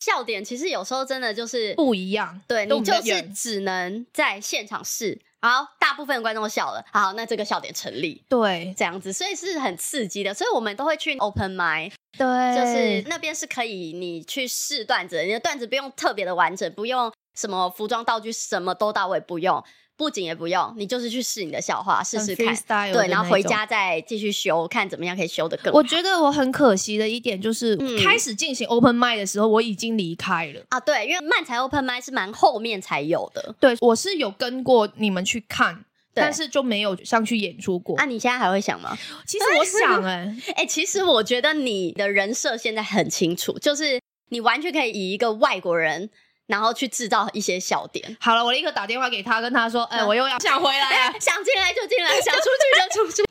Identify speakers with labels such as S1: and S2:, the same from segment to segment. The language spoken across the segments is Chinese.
S1: 笑点其实有时候真的就是
S2: 不一样，
S1: 对
S2: 跟
S1: 你
S2: 我们
S1: 就
S2: 的
S1: 是
S2: 远
S1: 只能在现场试。好，大部分的观众笑了，好，那这个笑点成立，
S2: 对
S1: 这样子，所以是很刺激的。所以我们都会去 open mic，
S2: 对，
S1: 就是那边是可以你去试段子的，你的段子不用特别的完整，不用什么服装道具，什么都到位，不用布景也不用，你就是去试你的笑话，试
S2: 很
S1: 试看。
S2: freestyle
S1: 对，
S2: 的
S1: 然后
S2: 那
S1: 回
S2: 种
S1: 家再继续修，看怎么样可以修得更好。
S2: 我觉得我很可惜的一点就是，
S1: 嗯
S2: 开始进行 open mic 的时候，我已经离开了。
S1: 啊，对，因为漫才 open mic 是蛮后面才有的。
S2: 对，我是有跟过你们去看，
S1: 对
S2: 但是就没有上去演出过。
S1: 啊，你现在还会想吗？
S2: 其实我想、 哎，
S1: 哎、其实我觉得你的人设现在很清楚，就是你完全可以以一个外国人，然后去制造一些笑点。
S2: 好了，我立刻打电话给他，跟他说，哎、我又要想回来
S1: 哎、
S2: 啊。
S1: 嗯 想进来就进来，想出去就出去。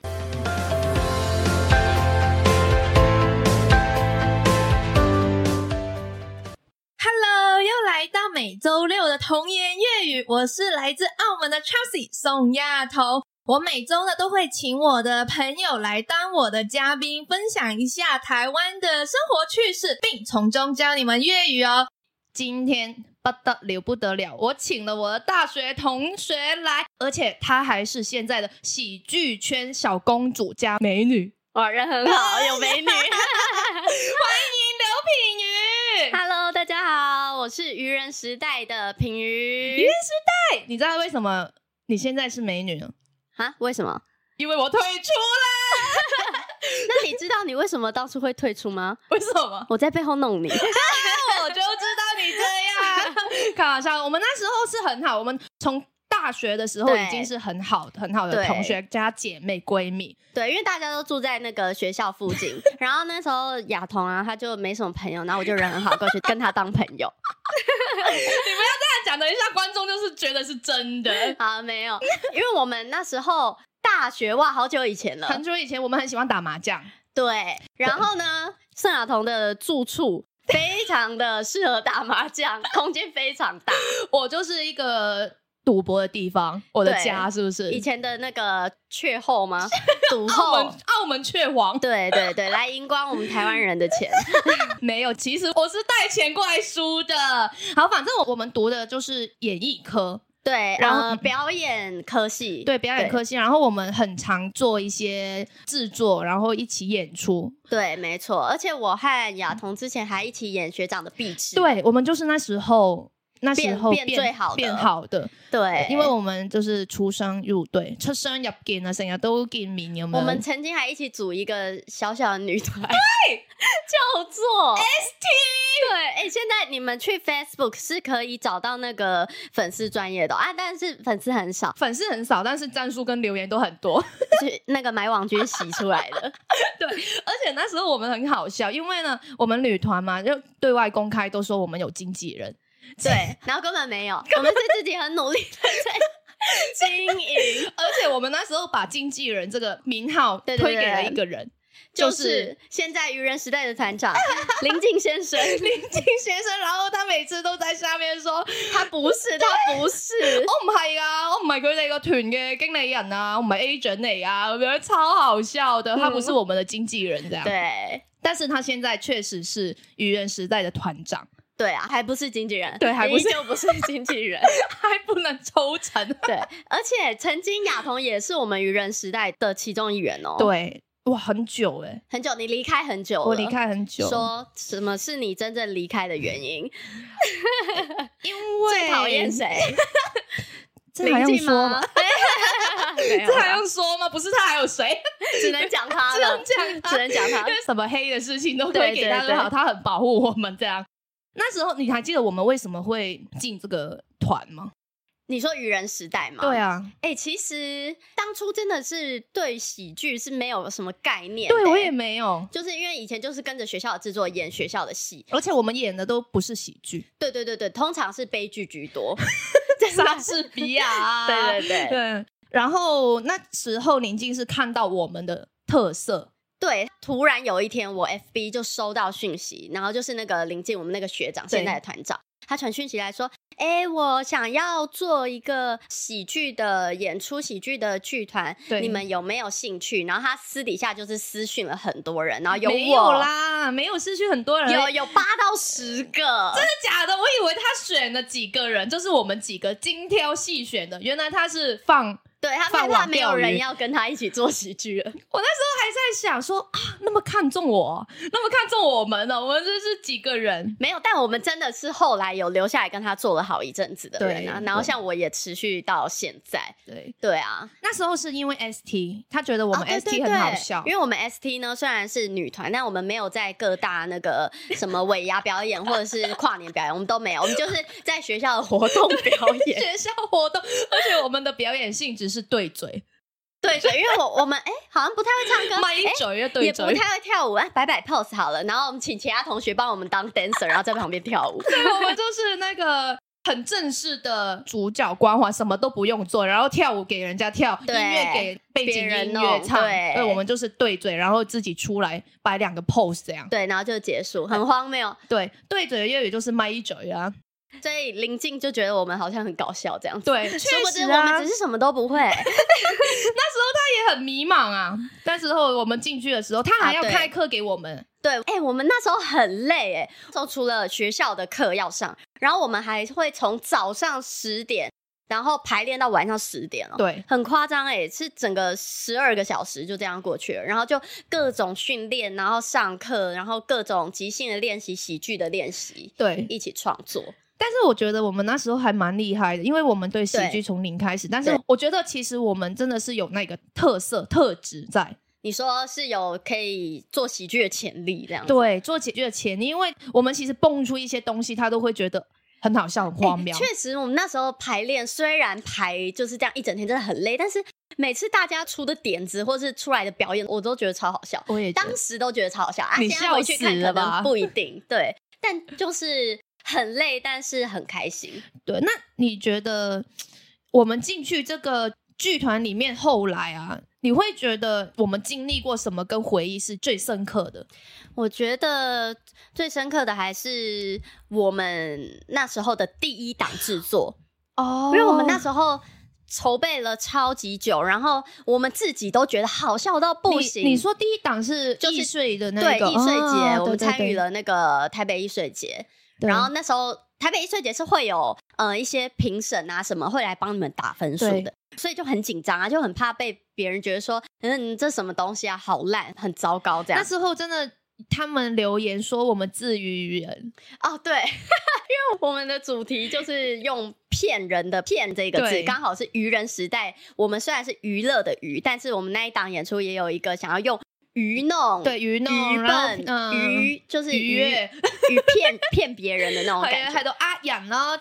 S2: Hello，又来到每周六的童言粤语，我是来自澳门的 Chelsea 宋亚彤。我每周呢都会请我的朋友来当我的嘉宾，分享一下台湾的生活趣事，并从中教你们粤语哦。今天不得了，不得了！我请了我的大学同学来，而且她还是现在的喜剧圈小公主加美 女
S1: 哇，人很好，有美女。
S2: 刘品 瑜。
S1: Hello，大家好，我是愚人时代的品
S2: 于
S1: 瑜
S2: 时代，你知道为什么你现在是美女呢？
S1: 啊？为什么？
S2: 因为我退出了。
S1: 那你知道你为什么当初会退出吗？
S2: 为什么？
S1: 我在背后弄你。
S2: 我就知道你这样。 开玩笑，我们那时候是很好，我们从大学的时候
S1: 对
S2: 已经是很好很好的
S1: 对
S2: 同学加姐妹闺蜜。
S1: 对，因为大家都住在那个学校附近，然后那时候亚彤啊，他就没什么朋友，然后我就人很好，过去跟他当朋友。
S2: 但讲了一下，观众就是觉得是真的。
S1: 啊，没有，因为我们那时候大学哇，好久以前了
S2: 很。久以前，我们很喜欢打麻将，
S1: 对，然后呢，圣亚彤的住处非常的适合打麻将，空间非常大。
S2: 我就是一个赌博的地方，我的
S1: 对
S2: 家是不是？
S1: 以前的那个雀后 吗？赌
S2: 澳
S1: 后
S2: 门。澳门雀王
S1: 对对对，来赢光我们台湾人的钱。
S2: 没有，其实我是带钱过来输的。好，反正我我们读的就是演艺科，
S1: 对，
S2: 然
S1: 然
S2: 后
S1: 后、表演科系，
S2: 对表演科系，然后我们很常做一些制作，然后一起演出。
S1: 对，没错。而且我和亚彤之前还一起演学长的壁纸。
S2: 对，我们就是那时候。那时候
S1: 变变最好的
S2: 变好的，
S1: 对，
S2: 因为我们就是出生入队，出生入境啊，成日都见面，有没有？
S1: 我们曾经还一起组一个小小的女团，对， 叫做 ST。对，哎、现在你们去 Facebook 是可以找到那个粉丝专业的啊，但是粉丝很少，
S2: 粉丝很少，但是赞数跟留言都很多。
S1: 是那个买网军洗出来的。
S2: 而且那时候我们很好笑，因为呢，我们女团嘛，就对外公开都说我们有经纪人，
S1: 对，然后根本没有，我们是自己很努力的在 经营，
S2: 而且我们那时候把经纪人这个名号
S1: 对
S2: 推
S1: 对对
S2: 给了一个 人，
S1: 就
S2: 就是
S1: 是现在愚人时代的团 长林静先生，
S2: 林静先生。然后他每次都在下面说：“
S1: 他不是，他不是。
S2: 我唔係啊，我唔係佢哋個團嘅經理人啊，我唔係 agent 嚟啊，咁樣超好笑的。他不是我們的經紀人，這樣。，
S1: 对
S2: 但是他現在確實是愚人时代的团 长，
S1: 对啊，还不是经纪人，
S2: 对还不是
S1: 依旧不是经纪人。
S2: 还不能抽 成。
S1: 对，而且曾经亚彤也是我们愚人时代的其中一员哦。，
S2: 对，哇，很久哎、
S1: 很久你离开很久了，
S2: 我离开很久，
S1: 说什么是你真正离开的原因？
S2: 因为
S1: 最讨厌？谁？
S2: 这还用
S1: 林静
S2: 说
S1: 吗
S2: 吗？？
S1: 没有
S2: 这还
S1: 啦，
S2: 用说吗？不是他还有 谁？
S1: 只能讲他
S2: 这样
S1: 了，
S2: 讲啊他
S1: 只能讲他
S2: 因。为什么黑的事情都推给他
S1: 对对
S2: 就好，
S1: 对
S2: 他很保护我们这样。那时候你还记得我们为什么会进这个团吗？
S1: 你说愚人时代吗？
S2: 对。啊，
S1: 哎、其实当初真的是对喜剧是没有什么概念的欸、
S2: 啊对我也没有，
S1: 就是因为以前就是跟着学校的制作演学校的戏，
S2: 而且我们演的都不是喜 剧，
S1: 对对对对，通常是悲剧居 多。
S2: 莎士比亚、啊
S1: 对对对
S2: 对。然后那时候宁静是看到我们的特色，
S1: 对，突然有一天我 FB 就收到讯息，然后就是那个林静，我们那个学长，
S2: 对
S1: 现在的团长，他传讯息来说，哎、我想要做一个喜剧的演出，喜剧的剧团，
S2: 对
S1: 你们有没有兴趣？然后他私底下就是私讯了很多人，然后啊有我
S2: 没有啦，没有失去很多人，
S1: 有有八到十个，
S2: 真的假的？我以为他选了几个人，就是我们几个精挑细选的，原来他是放。
S1: 对他
S2: 放
S1: 害怕
S2: 网
S1: 没有
S2: 钓鱼
S1: 人要跟他一起做喜剧了。
S2: 我那时候还在想说啊，那么看重我，那么看重我们呢、我们这是几个人？
S1: 没有，但我们真的是后来有留下来跟他做了好一阵子的人啊。
S2: 对
S1: 然后
S2: 对
S1: 像我也持续到现在，
S2: 对，
S1: 对啊，
S2: 那时候是因为 ST，他觉得我
S1: 我
S2: 们 ST 很好笑，
S1: 因为我们 ST 呢虽然是女团，但我们没有在各大那个什么尾牙表演或者是跨年表演，我们都没有，我们就是在学校的活动表 演。
S2: 学校活动，而且我们的表演性质是对嘴，
S1: 对，所以因为我我们哎、好像不太会 唱歌，
S2: 卖一嘴又对
S1: 也不
S2: 嘴，
S1: 太会跳舞，哎，摆摆 pose 好了，然后我们请其他同学帮我们当 dancer，然后在旁边跳舞。
S2: 对， 我们就是那个很正式的主角光环，什么都不用做，然后跳舞给人家跳，音
S1: 对
S2: 乐给背景音乐唱，
S1: 别人弄对
S2: 哦对，我们就是对嘴，然后自己出来摆两个 pose 这样。
S1: 对，然后就结束，很荒谬。
S2: 对，对嘴的粤语就是卖一嘴啊，
S1: 所以林静就觉得我们好像很搞笑这样子。
S2: 对，
S1: 殊不
S2: 确
S1: 知
S2: 实
S1: 我
S2: 啊，
S1: 们只是什么都不会，
S2: 那时候他也很迷茫啊。那时候我们进去的时候，他还要
S1: 啊对
S2: 开课给我们，
S1: 对，哎、我们那时候很累、哎，那时候除了学校的课要上，然后我们还会从早上十点，然后排练到晚上十点哦、
S2: 对，
S1: 很夸张哎，是整个十二个小时就这样过去了，然后就各种训练，然后上课，然后各种即兴的练习、喜剧的练习，
S2: 对
S1: 一起创作。
S2: 但是我觉得我们那时候还蛮厉害的，因为我们对喜剧
S1: 对
S2: 从零开始。但是
S1: 对
S2: 我觉得其实我们真的是有那个特色特质在，
S1: 你说是有可以做喜剧的潜力这样子，
S2: 对，做喜剧的潜力，因为我们其实蹦出一些东西，他都会觉得很好笑、很
S1: 哎
S2: 荒谬。
S1: 确实，我们那时候排练虽然排就是这样一整天，真的很累，但是每次大家出的点子或是出来的表演，我都觉得超好笑，
S2: 我也觉得
S1: 当时都觉得超好笑啊。
S2: 你
S1: 现在回去看
S2: 笑死
S1: 可
S2: 了吧
S1: 能不一定，对，但就是很累，但是很开心。
S2: 对。那你觉得我们进去这个剧团里面，后来啊，你会觉得我们经历过什么跟回忆是最深刻的？
S1: 我觉得最深刻的还是我们那时候的第一档制作，
S2: 哦
S1: 因为我们那时候。筹备了超级久，然后我们自己都觉得好笑到不行。
S2: 你说第一档是
S1: 就是
S2: 易碎的那
S1: 对
S2: 个
S1: 易碎节，
S2: 哦
S1: 我们
S2: 对对
S1: 参与了那个台北易碎节，
S2: 对
S1: 然后那时候台北易碎节是会有呃一些评审啊什么会来帮你们打分数
S2: 对
S1: 的，所以就很紧张啊，就很怕被别人觉得说，嗯，这什么东西啊，好烂，很糟糕这样
S2: 那。时候真的，他们留言说我们自娱于人，
S1: 哦，对， 因为我们的主题就是用骗人的“骗”这个字，
S2: 对
S1: 刚好是愚人时代。我们虽然是娱乐的娱，但是我们那一档演出也有一个想要用愚弄、
S2: 对愚弄，
S1: 愚笨
S2: 然后、嗯，
S1: 愚就是
S2: 愉悦，
S1: 愚骗骗别人的那种
S2: 係啊，
S1: 感
S2: 喺
S1: 觉。
S2: 度呃人咯。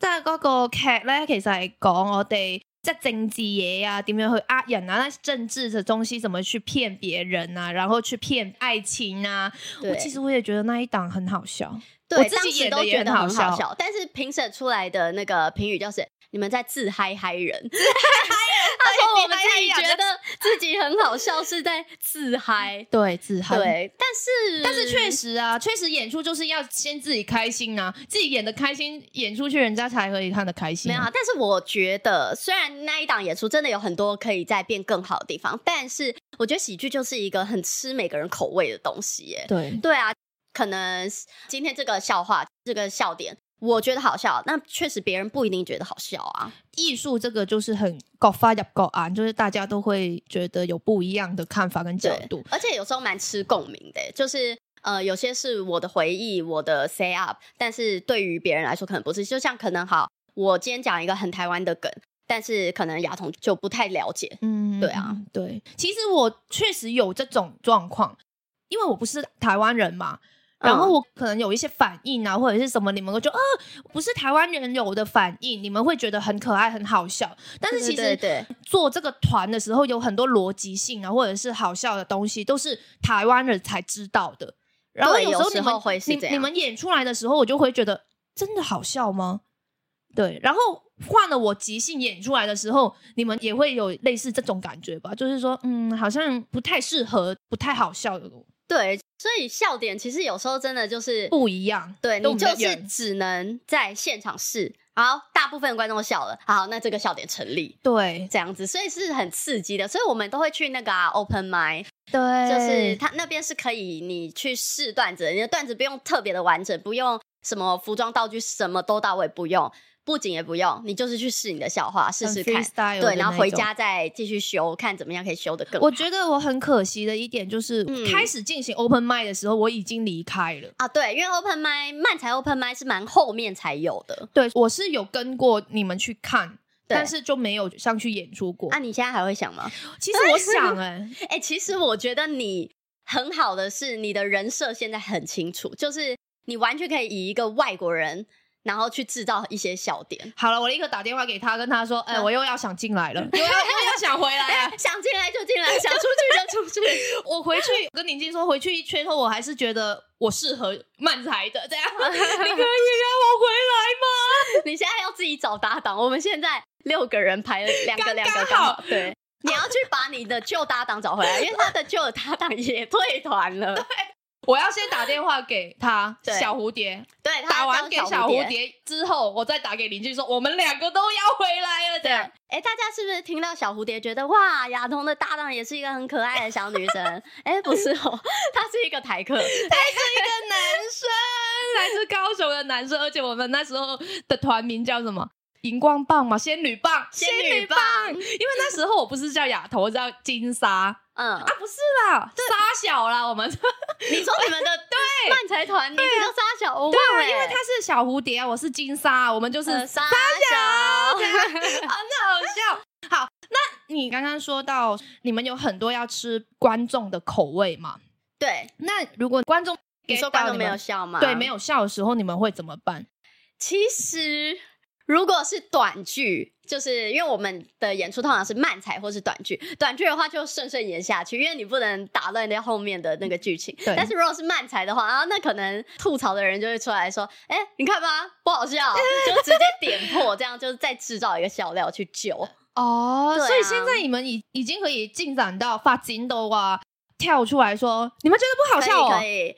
S2: 即係嗰個劇咧，其實係講我哋即係政治嘢啊，點樣去呃人啊，那政治嘅東西怎麼去騙別人啊，然後去騙愛情啊。我
S1: 对，
S2: 其實我也覺得那一檔很好笑，我
S1: 对，
S2: 自
S1: 当
S2: 己
S1: 时
S2: 演
S1: 都
S2: 的也
S1: 觉得
S2: 很好
S1: 很好
S2: 笑
S1: 笑，但是评审出来的那个评语就是你们在自嗨嗨人。 他说我们自己觉得自己很好笑是在自嗨。
S2: 對自嗨。
S1: 对，但是
S2: 但是确实啊，确实演出就是要先自己开心啊，自己演的开心，演出去人家才可以看得开心、
S1: 没有啊，但是我觉得，虽然那一档演出真的有很多可以再变更好的地方，但是我觉得喜剧就是一个很吃每个人口味的东西耶。
S2: 对
S1: 对啊，可能今天这个笑话，这个笑点，我觉得好笑，那确实别人不一定觉得好笑啊。
S2: 艺术这个就是很各花入各眼，就是大家都会觉得有不一样的看法跟角
S1: 对
S2: 度。，
S1: 而且有时候蛮吃共鸣的耶，就是。呃，有些是我的回忆，我的 say up，但是对于别人来说可能不是。就像可能好，我今天讲一个很台湾的梗，但是可能雅彤就不太了解。
S2: 嗯
S1: 对啊，
S2: 对。其实我确实有这种状况，因为我不是台湾人嘛，然后
S1: 嗯
S2: 我可能有一些反应啊，或者是什么，你们会就啊，不是台湾人有的反应，你们会觉得很可爱、很好笑。但是其
S1: 对对
S2: 实
S1: 对
S2: 做这个团的时候，有很多逻辑性啊，或者是好笑的东西，都是台湾人才知道的。然后
S1: 对
S2: 有时
S1: 有
S2: 候
S1: 时
S2: 你们
S1: 候会是
S2: 你
S1: 这
S2: 你
S1: 样
S2: 们演出来的时候，我就会觉得真的好笑吗？对，然后换了我即兴演出来的时候，你们也会有类似这种感觉吧？就是说，嗯，好像不太适合，不太好笑的
S1: 对，所以笑点其实有时候真的就是
S2: 不一样。
S1: 对
S2: 跟
S1: 你
S2: 我们
S1: 就
S2: 的
S1: 是
S2: 人
S1: 只能在现场试。好，大部分观众笑了，好，那这个笑点成立，
S2: 对
S1: 这样子，所以是很刺激的。所以我们都会去那个、啊、open m i
S2: 对，
S1: 就是他那边是可以你去试段子的，你的段子不用特别的完整，不用什么服装道具，什么都到位，不用布景也不用，你就是去试你的笑话，试
S2: 很
S1: 试看。
S2: freestyle 的
S1: 对，然后
S2: 那
S1: 回
S2: 种
S1: 家再继续修，看怎么样可以修的更好。
S2: 我觉得我很可惜的一点就是，
S1: 嗯
S2: 开始进行 open mic 的时候，我已经离开了。
S1: 啊，对，因为 open m i 漫才 open m i 是蛮后面才有的。
S2: 对，我是有跟过你们去看，
S1: 对
S2: 但是就没有上去演出过。
S1: 啊，你现在还会想吗？
S2: 其实我想、哎，
S1: 哎、其实我觉得你很好的是，你的人设现在很清楚，就是你完全可以以一个外国人，然后去制造一些笑点。
S2: 好了，我立刻打电话给他，跟他说，哎、
S1: 嗯
S2: 我又要想进来了， 又要又要想回来了。
S1: 哎想进来就进来，想出去就出去。
S2: 我回去跟宁静说，回去一圈后，我还是觉得我适合漫才的， 这样你可以让我回来吗？
S1: 你现在要自己找搭档，我们现在六个人排了两个，
S2: 刚
S1: 两个
S2: 刚
S1: 刚
S2: 好
S1: 好。对，你要去把你的旧搭档找回来，因为他的旧搭档也退团 了。
S2: 我要先打电话给 他，
S1: 对
S2: 小蝴蝶，
S1: 对，他
S2: 打完
S1: 叫
S2: 给小蝴。蝶之后，我再打给邻居说，我们两个都要回来了，这
S1: 对，
S2: 样。
S1: 哎，大家是不是听到小蝴蝶觉得哇，亚彤的搭档也是一个很可爱的小女生？哎，不是哦，她是一个台客，
S2: 的男生， 来自高雄的男生，而且我们那时候的团名叫什么？荧光棒嘛，仙女棒，
S1: 仙女棒
S2: 棒。因为那时候我不是叫亚头，我叫金沙啊，
S1: 嗯，
S2: 不是啦，沙小啦，我们
S1: 你说你们的 啊
S2: 对
S1: 漫才团名字叫沙小，我忘
S2: 对啊，
S1: 了，
S2: 因为他是小蝴蝶啊，我是金沙，我们就是
S1: 呃
S2: 很
S1: 沙小，
S2: 好笑。 好，那你刚刚说到你们有很多要吃观众的口味嘛？
S1: 对，
S2: 那如果观众
S1: 你
S2: get
S1: 说
S2: 到
S1: 观众
S2: 你
S1: 没
S2: 们
S1: 有笑吗？
S2: 对没。有笑的时候，你们会怎么办？
S1: 其实如果是短剧，就是因为我们的演出通常是慢才或是短剧，短剧的话就顺顺演下去，因为你不能打乱掉后面的那个剧情。
S2: 对
S1: 但是如果是慢才的话，然后那可能吐槽的人就会出来说：“哎、你看吧，不好 笑。”就直接点破，这样就是再制造一个笑料去救。
S2: 哦，
S1: 对啊
S2: 所以现在你们已已经可以进展到发金豆啊，跳出来说你们觉得不好
S1: 可以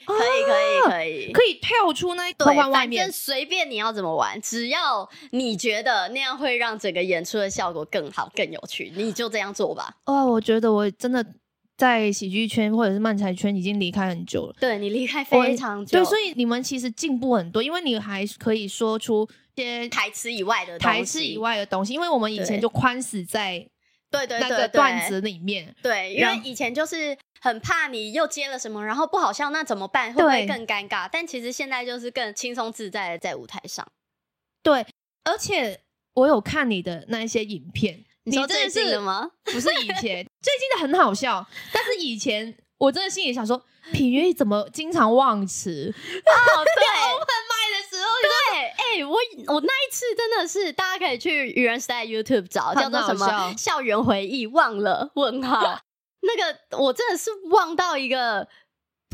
S2: 笑哦，
S1: 可以可以可以可以。
S2: 可以跳出那
S1: 对，
S2: 框框外
S1: 反正
S2: 面。
S1: 随便你要怎么玩，只要你觉得那样会让整个演出的效果更好、更有趣，你就这样做吧。
S2: 哦，我觉得我真的在喜剧圈或者是漫才圈已经离开很久了。
S1: 对你离开
S2: 我
S1: 非常久，
S2: 对，所
S1: 以
S2: 以你们其实进步很多，因为你还可以说出一些
S1: 台词以外的东西
S2: 台式以，外的东西，因为我们以前
S1: 对
S2: 就框死在
S1: 对对
S2: 那
S1: 对
S2: 个
S1: 对，
S2: 段子里面。
S1: 对，因
S2: 让
S1: 为以前就是很怕你又接了什么，然后不好笑，那怎么办？会不会
S2: 对
S1: 更尴尬？但其实现在就是更轻松自在的在舞台上。
S2: 对，而且我有看你的那一些影片，
S1: 你说
S2: 真
S1: 最
S2: 的
S1: 近
S2: 是
S1: 的吗？
S2: 不是以前，最近的很好笑，但是以前我真的心里想说，品月怎么经常忘词？ 啊
S1: 哦，对，
S2: 卖的时候
S1: 对，哎、我我那一次真的是，大家可以去愚人时代 YouTube 找，
S2: 很
S1: 叫做
S2: 好
S1: 什么
S2: 笑
S1: “校园回忆”，忘了问 号。那个我真的是忘到一个，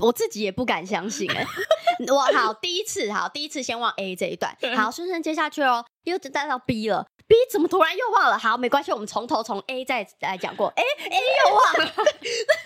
S1: 我自己也不敢相信哎、 我好第一次，好第一次先忘 A 这一段，好顺顺接下去哦，又带到 B 了。B 怎么突然又忘了？好，没关系，我们从头从 A 再来讲过。哎、A 又忘了，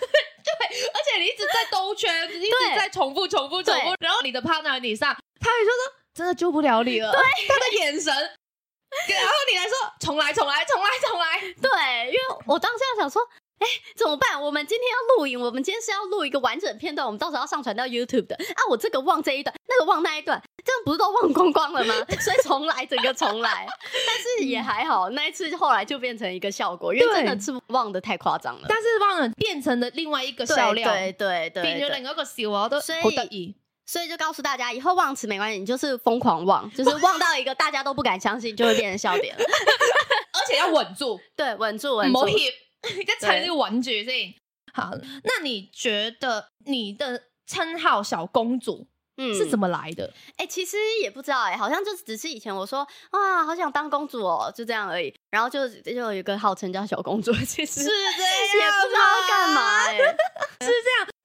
S2: 而且你一直在兜圈，一
S1: 对
S2: 直在重复、重复、重复
S1: 对，
S2: 然后你的 partner 你上，他也就说真的救不了你了，他的眼神，然后你还说重来、重来、重来、重来，
S1: 呃对，因为我当下想说，哎、怎么办？我们今天要录影，我们今天是要录一个完整的片段，我们到时候要上传到 YouTube 的啊。我这个忘这一段，那个忘那一段，这样不是都忘光光了吗？ 所以重来，整个重来。但是也还好，那一次后来就变成一个效果，因为真的
S2: 对
S1: 是忘的太夸张了。
S2: 但是忘了变成了另外一个笑料，
S1: 对对对
S2: 变
S1: 对
S2: 成另
S1: 对
S2: 外一個笑話都
S1: 所以
S2: 好得意。
S1: 所以就告诉大家，以后忘词没关系，你就是疯狂忘，就是忘到一个大家都不敢相信，就会变成笑点了。
S2: 而且要稳住，
S1: 对，稳住稳
S2: 唔
S1: 住
S2: 好。怯，一切都要穩住先。好，那你覺得你的稱號小公主
S1: 嗯
S2: 是怎么来的？
S1: 哎、其实也不知道哎、好像就只是以前我说啊，好想当公主哦，就这样而已。然后就就有一个号称叫小公主，其实
S2: 这啊
S1: 也不知道要干嘛， 哎、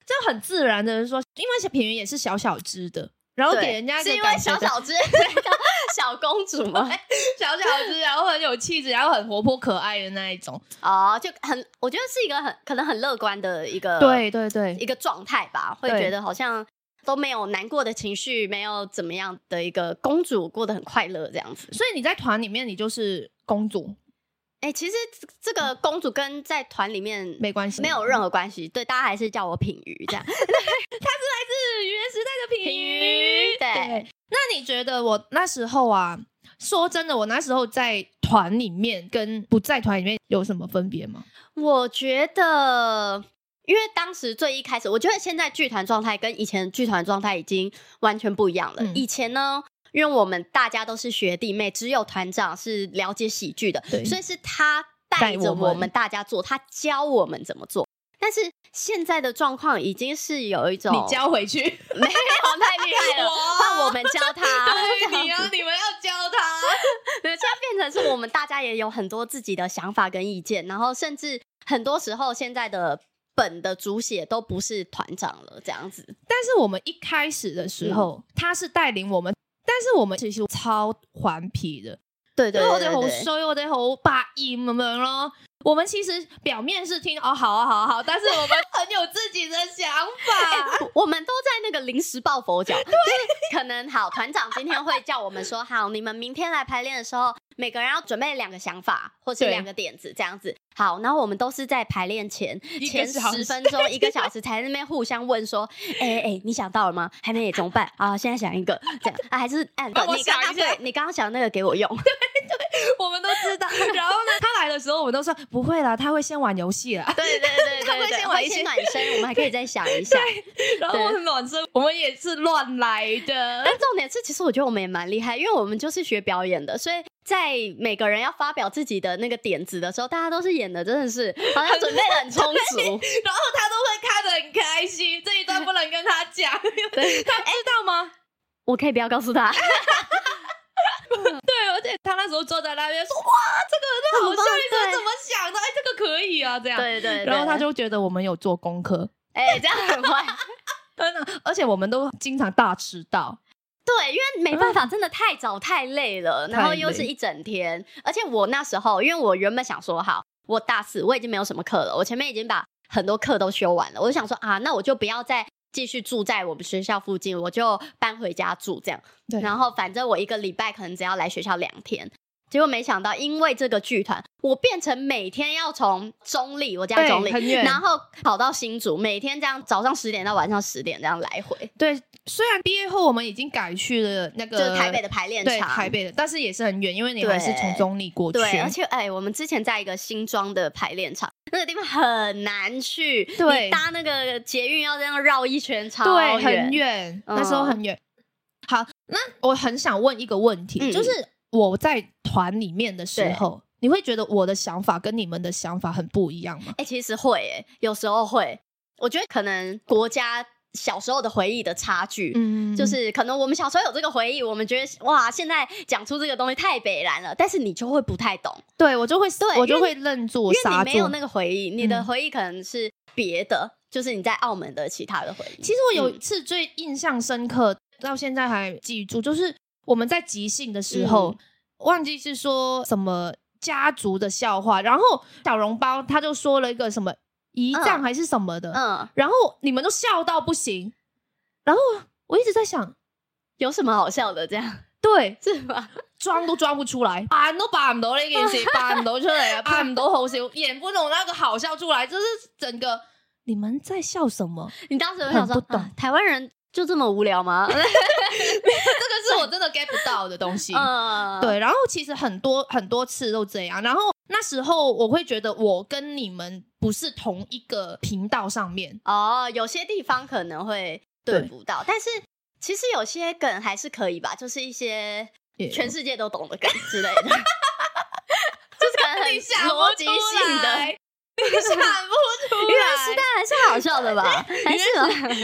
S2: 就很自然的说，因为小品云也是小小只的，然后
S1: 对
S2: 给人家一
S1: 是
S2: 个
S1: 因为
S2: 感觉
S1: 小
S2: 的
S1: 小只所以叫小公公主吗？
S2: 小小只， 然后很有气质，然后很活泼可爱的那一种。
S1: 哦，就很，我觉得是一个很可能很乐观的一个
S2: 对对，
S1: 一个状态吧，会
S2: 对
S1: 觉得好像都没有难过的情绪，没有怎么样的一个公主过得很快乐这样子。
S2: 所以你在团里面你就是公主，
S1: 哎、其实这这个公主跟在团里面
S2: 没关系，
S1: 没有任何关系，对，大家还是叫我品瑜这样。
S2: 是原时代的
S1: 品
S2: 品
S1: 瑜，对，
S2: 对，那你觉得我那时候啊，说真的，我那时候在团里面跟不在团里面有什么分别吗？
S1: 我觉得。因为当时最一开始，我觉得现在剧团状态跟以前剧团状态已经完全不一样了。
S2: 嗯
S1: 以前呢，因为我们大家都是学弟妹，只有团长是了解喜剧的，
S2: 对
S1: 所以是他带
S2: 带
S1: 着
S2: 我们
S1: 我们大家做，他教我们怎么做。但是现在的状况已经是有一种
S2: 你教回去，
S1: 没有太厉害了，换 我们教他，这样
S2: 你啊，你们要教他。
S1: 没有，现在变成是我们大家也有很多自己的想法跟意见，然后甚至很多时候现在的本的主写都不是团长了，这样子。
S2: 但是我们一开始的时候，
S1: 嗯
S2: 他是带领我们，但是我们其实超顽皮的，
S1: 对
S2: 因
S1: 对对
S2: 为我
S1: 对
S2: 得好
S1: 对，
S2: 衰，我得好八音咁样咯。我们其实表面是听哦，好啊，好啊，好，但是我们很有自己的想 法。
S1: 我们都在那个临时抱佛脚，就是可能好团长今天会叫我们说，好，你们明天来排练的时候，每个人要准备两个想法或是
S2: 对
S1: 两个点子这样子。好，然后我们都是在排练前
S2: 一个
S1: 前
S2: 小时
S1: 十分钟一个小时才在那边互相问说，哎哎、哎你想到了吗？还没怎么办啊？现在想一个这样啊，还是按
S2: 帮我
S1: 你刚
S2: 想
S1: 刚
S2: 一下
S1: 对你刚刚想的那个给我用，
S2: 我们都知道。然后呢，他来的时候，我们都说不会啦，他会先玩游戏啦。
S1: 对对对
S2: 他
S1: 对
S2: 会
S1: 对，
S2: 先
S1: 会
S2: 玩一些
S1: 先暖身，我们还可以再想一下。
S2: 然后我们暖身，我们也是乱来 的
S1: 但。重点是，其实我觉得我们也蛮厉害，因为我们就是学表演的，所以在每个人要发表自己的那个点子的时候，大家都是演的真的是好像准备得很充 足。
S2: 然后他都会看得很开心，这一段不能跟他讲，
S1: 对
S2: 他知道吗？
S1: 我可以不要告诉 他，
S2: 对，而且他那时候坐在那边说：“哇，这个很好笑，你
S1: 很棒
S2: 这怎么想的？哎，这个可以啊，这样。”
S1: 对对对，
S2: 然后他就觉得我们有做功课，
S1: 哎、这样很坏。
S2: 真的，而且我们都经常大迟到。
S1: 对，因为没
S2: 嗯
S1: 办法，真的太早太累了，然后又是一整天，而且我那时候，因为我原本想说，好，我大四我已经没有什么课了，我前面已经把很多课都修完了，我就想说啊，那我就不要再继续住在我们学校附近，我就搬回家住这样。
S2: 对
S1: 然后反正我一个礼拜可能只要来学校两天。结果没想到，因为这个剧团，我变成每天要从中立，我家
S2: 对
S1: 中立，
S2: 很远
S1: 然后跑到新竹，每天这样早上十点到晚上十点这样来回，
S2: 对，虽然毕业后我们已经改去了那
S1: 就
S2: 个
S1: 是台北的排练
S2: 对
S1: 场，
S2: 台北的，但是也是很远，因为你
S1: 对
S2: 还是从中立过去。
S1: 对，而且哎、我们之前在一个新庄的排练场，那个地方很难去，
S2: 对
S1: 你搭那个捷运要这样绕一圈，超
S2: 对
S1: 远
S2: 很远，
S1: 嗯
S2: 那时候很远。好，那我很想问一个问题，
S1: 嗯
S2: 就是我在团里面的时候，你会觉得我的想法跟你们的想法很不一样吗？
S1: 哎、其实会、哎，有时候会，我觉得可能国家小时候的回忆的差距。
S2: 嗯
S1: 就是可能我们小时候有这个回忆，我们觉得哇，现在讲出这个东西太北然了，但是你就会不太懂，
S2: 对我就会，
S1: 对
S2: 我就
S1: 因为
S2: 会愣住，
S1: 因
S2: 我
S1: 为
S2: 刹
S1: 你没有
S2: 住。
S1: 那个回忆，你的
S2: 嗯
S1: 回忆可能是别的，就是你在澳门的其他的回忆。
S2: 其实我有一次最印象深刻，到现在还记住，就是我们在即兴的时候，
S1: 嗯
S2: 忘记是说什么家族的笑话，然后小笼包他就说了一个什么姨丈
S1: 嗯
S2: 还是什么的，
S1: 嗯，
S2: 然后你们都笑到不行，然后我一直在想，
S1: 有什么好笑的？这样
S2: 对，
S1: 是吧？
S2: 装都装不 出来，扮都扮唔到呢件事，扮唔到出嚟啊，扮唔到好笑，演不懂那个好笑出来，就是整个你们在笑 什么？
S1: 你当时有想说，
S2: 很不懂
S1: 啊台湾人就这么无聊吗？
S2: 这个是我真的 get 不到的 东西。
S1: 嗯，
S2: 对，然后其实很多很多次都这样。然后那时候我会觉得我跟你们不是同一个频道上面，
S1: 哦，有些地方可能会对不到，但是其实有些梗还是可以吧，就是一些全世界都懂的梗 之类的，就是可能很逻辑性 的，
S2: 你 想不出
S1: 原来是
S2: 来。
S1: 但还是好笑的吧？还是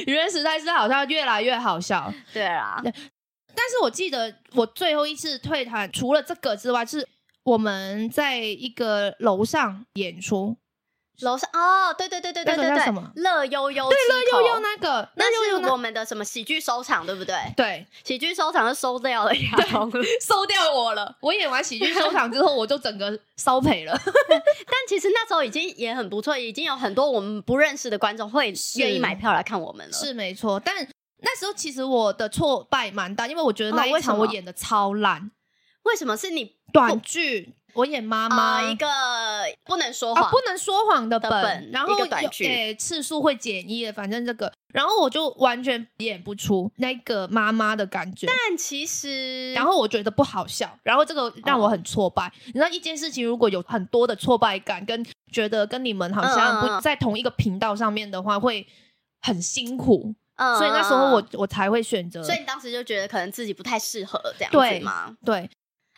S1: 有
S2: 原来时代是 好像越来越好笑，
S1: 对啊啦，
S2: 但是我记得我最后一次退团，除了这个之外，是我们在一个楼上演出，
S1: 楼上哦，对对对对对对
S2: 那个叫什么
S1: 对，乐悠悠，
S2: 对乐悠悠？那个，乐悠悠
S1: 哦那是
S2: 那
S1: 我们的什么喜剧收场，对不对？
S2: 对，
S1: 喜剧收场是收掉了亚 龙了，
S2: 收掉我了。我演完喜剧收场之后，我就整个烧赔 了。
S1: 但其实那时候已经也很不错，已经有很多我们不认识的观众会愿意买票来看我们了。
S2: 是没错，但那时候其实我的挫败蛮大，因为我觉得那
S1: 哦
S2: 一
S1: 为什
S2: 场
S1: 么
S2: 我演的超烂，
S1: 为什么是你
S2: 短剧我演妈妈、
S1: 啊、一个不能说
S2: 啊
S1: 谎？
S2: 不能说谎的
S1: 的
S2: 本，
S1: 本
S2: 然
S1: 一
S2: 后
S1: 个
S2: 有
S1: 短剧
S2: 诶次数会减一的，反正这个，然后我就完全演不出那个妈妈的感觉。
S1: 但其实，
S2: 然后我觉得不好笑，然后这个让我很挫败。你知道一件事情如果有很多的挫败感，跟觉得跟你们好
S1: 嗯
S2: 像
S1: 嗯
S2: 不
S1: 嗯
S2: 在同一个频道上面的话，会很辛苦。
S1: 嗯
S2: 所以那时候我，我才会选择。
S1: 所以你当时就觉得可能自己不太适合这样
S2: 呃对
S1: 子吗？
S2: 对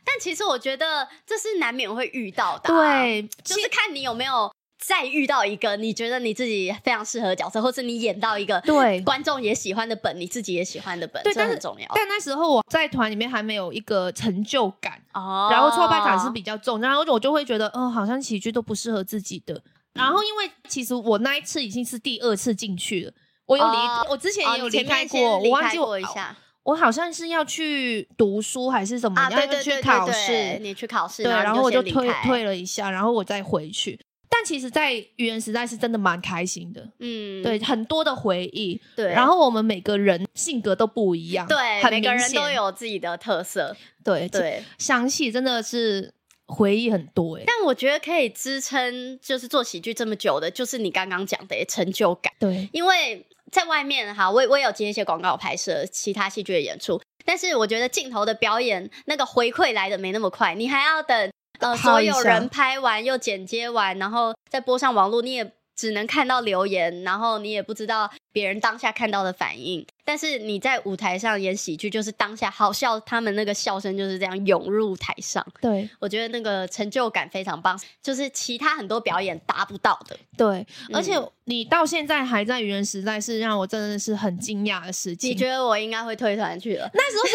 S1: 但其实我觉得这是难免会遇到的、，啊
S2: 对，
S1: 就是看你有没有再遇到一个你觉得你自己非常适合的角色，或是你演到一个
S2: 对
S1: 观众也喜欢的本，你自己也喜欢的本，
S2: 对
S1: 这
S2: 但是
S1: 很重要。
S2: 但那时候我在团里面还没有一个成就感，
S1: 哦
S2: 然后挫败感是比较重，然后我就会觉得，哦、好像喜剧都不适合自己的。然后因为其实我那一次已经是第二次进去了，我有离，
S1: 哦
S2: 我之前
S1: 哦
S2: 也有
S1: 你前面
S2: 开过，
S1: 先
S2: 我
S1: 离
S2: 忘
S1: 开
S2: 记
S1: 过一下
S2: 我好像是要去读书还是怎么
S1: 啊，
S2: 样，
S1: 对对
S2: 要
S1: 对
S2: 去
S1: 对
S2: 考
S1: 对
S2: 试，
S1: 你去考试，
S2: 对，然
S1: 然
S2: 后我就
S1: 你
S2: 退
S1: 先离开
S2: 退，了一下，然后我再回去。但其实，在愚人时代是真的蛮开心的，
S1: 嗯，
S2: 对，很多的回忆。
S1: 对，
S2: 然。后我们每个人性格都不一样，
S1: 对，
S2: 很
S1: 每个
S2: 明
S1: 人都
S2: 显
S1: 有自己的特 色，
S2: 对对。
S1: 对。
S2: 想起真的是回忆很多哎、
S1: 但我觉得可以支撑，就是做喜剧这么久的，就是你刚刚讲的成就感。
S2: 对，
S1: 因为在外面哈，我也我也有接一些广告拍摄、其他戏剧的演出，但是我觉得镜头的表演那个回馈来的没那么快，你还要等呃
S2: 耗
S1: 所
S2: 一下
S1: 有人拍完又剪接完，然后再播上网络，你也只能看到留言，然后你也不知道别人当下看到的反应。但是你在舞台上演喜剧，就是当下好笑，他们那个笑声就是这样涌入台上，
S2: 对
S1: 我觉得那个成就感非常棒，就是其他很多表演达不到的。
S2: 对，
S1: 嗯
S2: 而且你到现在还在愚人时代，是让我真的是很惊讶的事情。
S1: 你觉得我应该会退团去了？
S2: 那时候是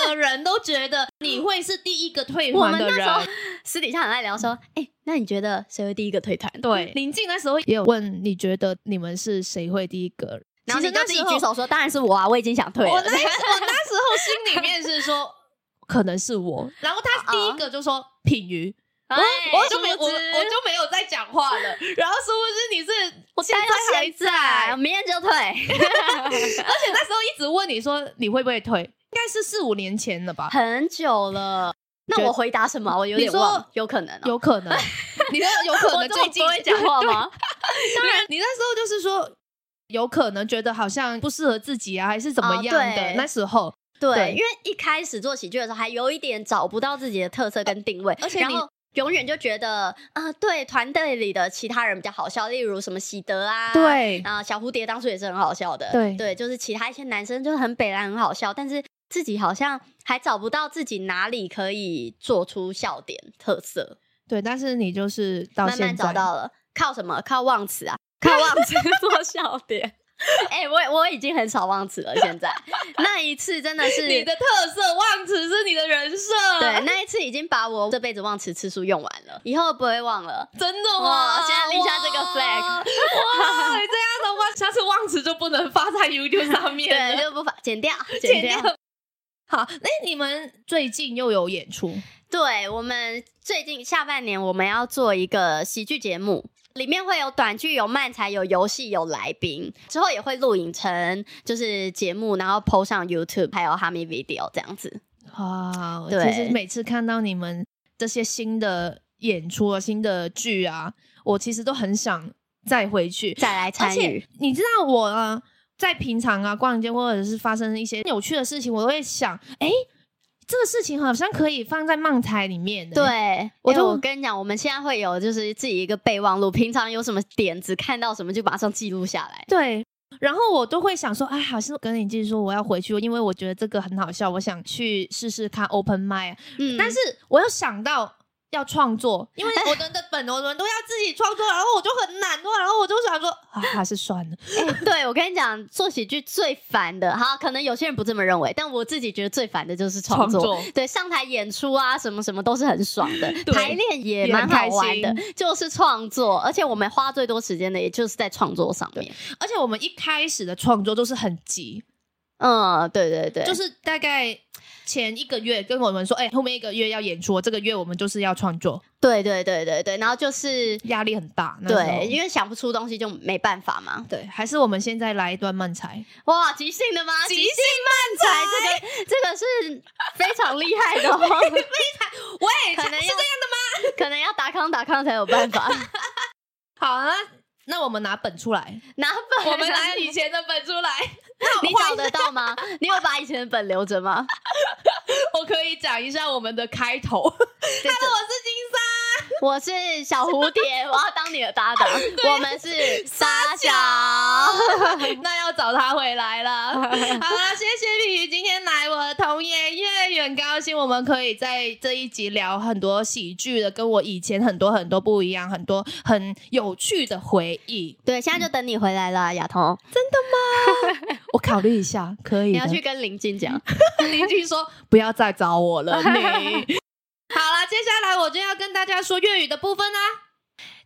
S2: 每个人都觉得你会是第一个退
S1: 我
S2: 团
S1: 们
S2: 的
S1: 那时
S2: 人，
S1: 候私底下很爱聊说，哎、那你觉得谁会第一个退团？
S2: 对，林静那时候也有问，你觉得你们是谁会第一个？
S1: 然后
S2: 其
S1: 你
S2: 实
S1: 就
S2: 那
S1: 自
S2: 时
S1: 己
S2: 候
S1: 举手说，当然是我啊，我已经想退
S2: 我
S1: 了
S2: 那。 我那时候心里面是说，可能是我。然后他第一个就说品瑜，
S1: 啊哎
S2: 我我就没
S1: 殊
S2: 我
S1: 不
S2: 我
S1: 知
S2: 就没有再讲话了。然后殊不知你是
S1: 我待
S2: 现
S1: 到
S2: 在还
S1: 现在，我
S2: 在，
S1: 明天就退，
S2: 而且 那时候一直问你说你会不会退，应该是四五年前了吧？
S1: 很久了。那
S2: 觉得
S1: 我回答什么？我有点
S2: 你说
S1: 忘了，有可能、 哦。
S2: 有可能，你那有可
S1: 我
S2: 能
S1: 这么
S2: 最近
S1: 不会讲话吗？
S2: 当然， 你那时候就是说。有可能觉得好像不适合自己啊，还是怎么样
S1: 哦
S2: 的？
S1: 对
S2: 那时候，对
S1: 对，因为一开始做喜剧的时候，还有一点找不到自己的特色跟定位，
S2: 而且
S1: 然
S2: 你
S1: 后永远就觉得啊、对团队里的其他人比较好笑，例如什么喜德啊，
S2: 对
S1: 啊、小蝴蝶当初也是很好笑的，
S2: 对
S1: 对，就是其他一些男生就是很北蓝很好笑，但是自己好像还找不到自己哪里可以做出笑点特色，
S2: 对，但是你就是到
S1: 慢
S2: 现在
S1: 慢找到了，靠什么？靠忘词啊，靠忘词 做笑点。哎、我我已经很少忘词了，现在那一次真的是
S2: 你的特色，忘词是你的人设，
S1: 对，那一次已经把我这辈子忘词次数用完了，以后不会忘了。
S2: 真的
S1: 哇
S2: 吗？
S1: 现在立下这个 flag
S2: 哇，哇这样的话，下次忘词就不能发在 YouTube 上面
S1: 对，
S2: 了，
S1: 就不发剪掉，
S2: 剪
S1: 剪掉。
S2: 掉。好，那你们最近又有演出？
S1: 对我们最近下半年我们要做一个喜剧节目，里面会有短剧、有漫才、有游戏、有来宾，之后也会录影成就是节目，然后 PO 上 YouTube，还有哈密 Video 这样子。
S2: 哇，
S1: 对
S2: 其实啊每次看到你们这些新的演出啊、新的剧啊，我其实都很想再回去
S1: 再来
S2: 而
S1: 参
S2: 且
S1: 与。
S2: 你知道我啊，在平常啊逛街或者是发生一些有趣的事情，我都会想，哎、这个事情好像可以放在漫才里面的。
S1: 对，
S2: 我
S1: 我
S2: 就
S1: 就、我跟你讲，我们现在会有就是自己一个备忘录，平常有什么点子，看到什么就马上记录下来。
S2: 对。然后我都会想说，哎，好像跟你继续说，我要回去，因为我觉得这个很好笑，我想去试试看 open m i
S1: 嗯
S2: 但是我又想到，要创 作，因为我们的本我们都要自己创作，然后我就很懒惰，然后我就想说 啊，还是算了。
S1: 哎 对我跟你讲，做喜剧最烦的，好，可能有些人不这么认为，但我自己觉得最烦的就是创作。
S2: 创作
S1: 对，上台演出啊，什么什么都是很爽的，
S2: 对
S1: 排练也
S2: 也
S1: 蛮
S2: 很
S1: 好
S2: 开
S1: 玩的，就是创作。而且我们花最多时间的，也就是在创作上面。
S2: 而且我们一开始的创作都是很急，
S1: 嗯，对对对，
S2: 就是大概前一个月跟我们说，哎、后面一个月要演出，这个月我们就是要创作，
S1: 对对对对对，然后就是
S2: 压力很大。那时候
S1: 对，因为想不出东西就没办法嘛。
S2: 对，还是我们现在来一段慢才，
S1: 哇，即兴的吗？
S2: 啊即
S1: 即
S2: 兴
S1: 慢才，这个这个是非常厉害的哦，
S2: 喂
S1: 可能要可能要达康达康才有办法
S2: 好啊。那我们拿本出 来，
S1: 拿啊本。
S2: 以前的本出来，
S1: 你找得到吗？你有把以前的本留着吗？
S2: 我可以讲一下我们的开头。Hello，我
S1: 我是小蝴蝶，我要当你的搭档。 我们是沙小，
S2: 是金 莎，那要找他回来 了。好啦，谢谢碧宇今天来我的童言粤语，很高兴我们可以在这一集聊很多喜剧的，跟我以前很多很多不一样，很多很有趣的回忆。
S1: 对，现在就等你回来了，亚彤。
S2: 我考虑一下，可以
S1: 你要去跟林静讲，
S2: 邻居说不要再找我了，你。好了，接下来我就要跟大家说粤语的部分啦、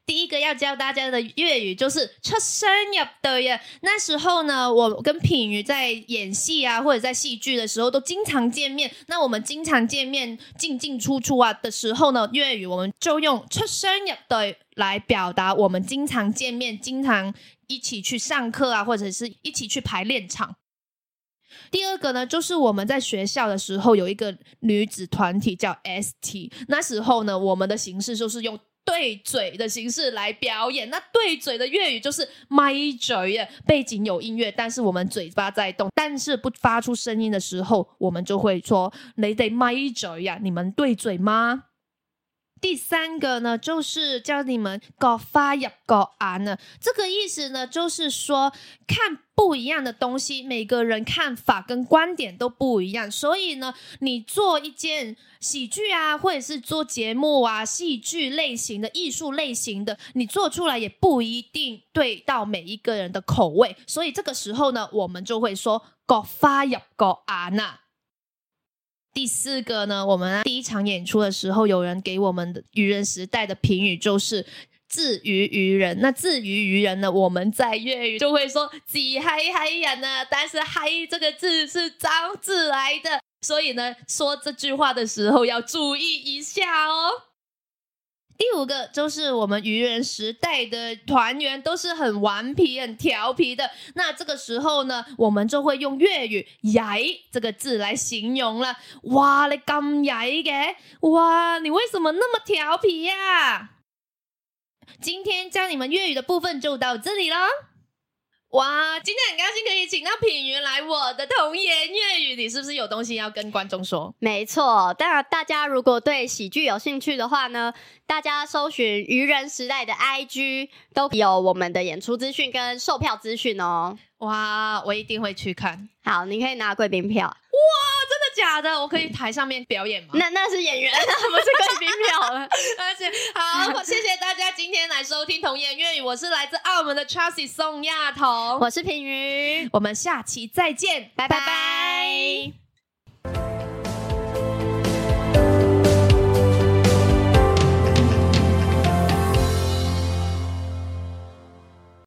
S2: 第一个要教大家的粤语就是出生入对呀。那时候呢，我跟品瑜在演戏啊，或者在戏剧的时候都经常见面。那我们经常见面进进出出啊的时候呢，粤语我们就用出生入对来表达我们经常见面、经常一起去上课啊，或者是一起去排练场。第二个呢，就是我们在学校的时候有一个女子团体叫 ST，那时候呢，我们的形式就是用。对嘴的形式来表演，那对嘴的粤语就是咪嘴耶，背景有音乐，但是我们嘴巴在动，但是不发出声音的时候，我们就会说你得咪嘴呀、你们对嘴吗？第三个呢，就是教你们搞发入搞眼啊呢，这个意思呢，就是说看不一样的东西，每个人看法跟观点都不一样，所以呢，你做一件喜剧啊，或者是做节目啊，戏剧类型的、艺术类型的，你做出来也不一定对到每一个人的口味，所以这个时候呢，我们就会说“各花入各眼”呐。第四个呢，我们第一场演出的时候，有人给我们的愚人时代的评语就是。自娱于人，那自娱于人呢？我们在粤语就会说“自嗨嗨人”呢，但是“嗨”这个字是脏字来的，所以呢，说这句话的时候要注意一下哦。第五个就是我们愚人时代的团员都是很顽皮、很调皮的。那这个时候呢，我们就会用粤语“曳”这个字来形容了。哇，你咁曳嘅，哇，你为什么那么调皮呀、今天教你们粤语的部分就到这里了。哇，今天很高兴可以请到品云来我的童言粤语，你是不是有东西要跟观众说？
S1: 没错。当然，大家如果对喜剧有兴趣的话呢，大家搜寻愚人时代的 IG 都有我们的演出资讯跟售票资讯哦。
S2: 哇，我一定会去看。
S1: 好，你可以拿贵宾票，
S2: 真的假的？我可以台上面表 演吗？
S1: 那那是演员， 那不是贵宾票了。
S2: 而且好，谢谢大家今天来收听童言粤语，我是来自澳门的 Chelsea 宋亚彤，
S1: 我是平鱼，
S2: 我们下期再见，
S1: 拜拜。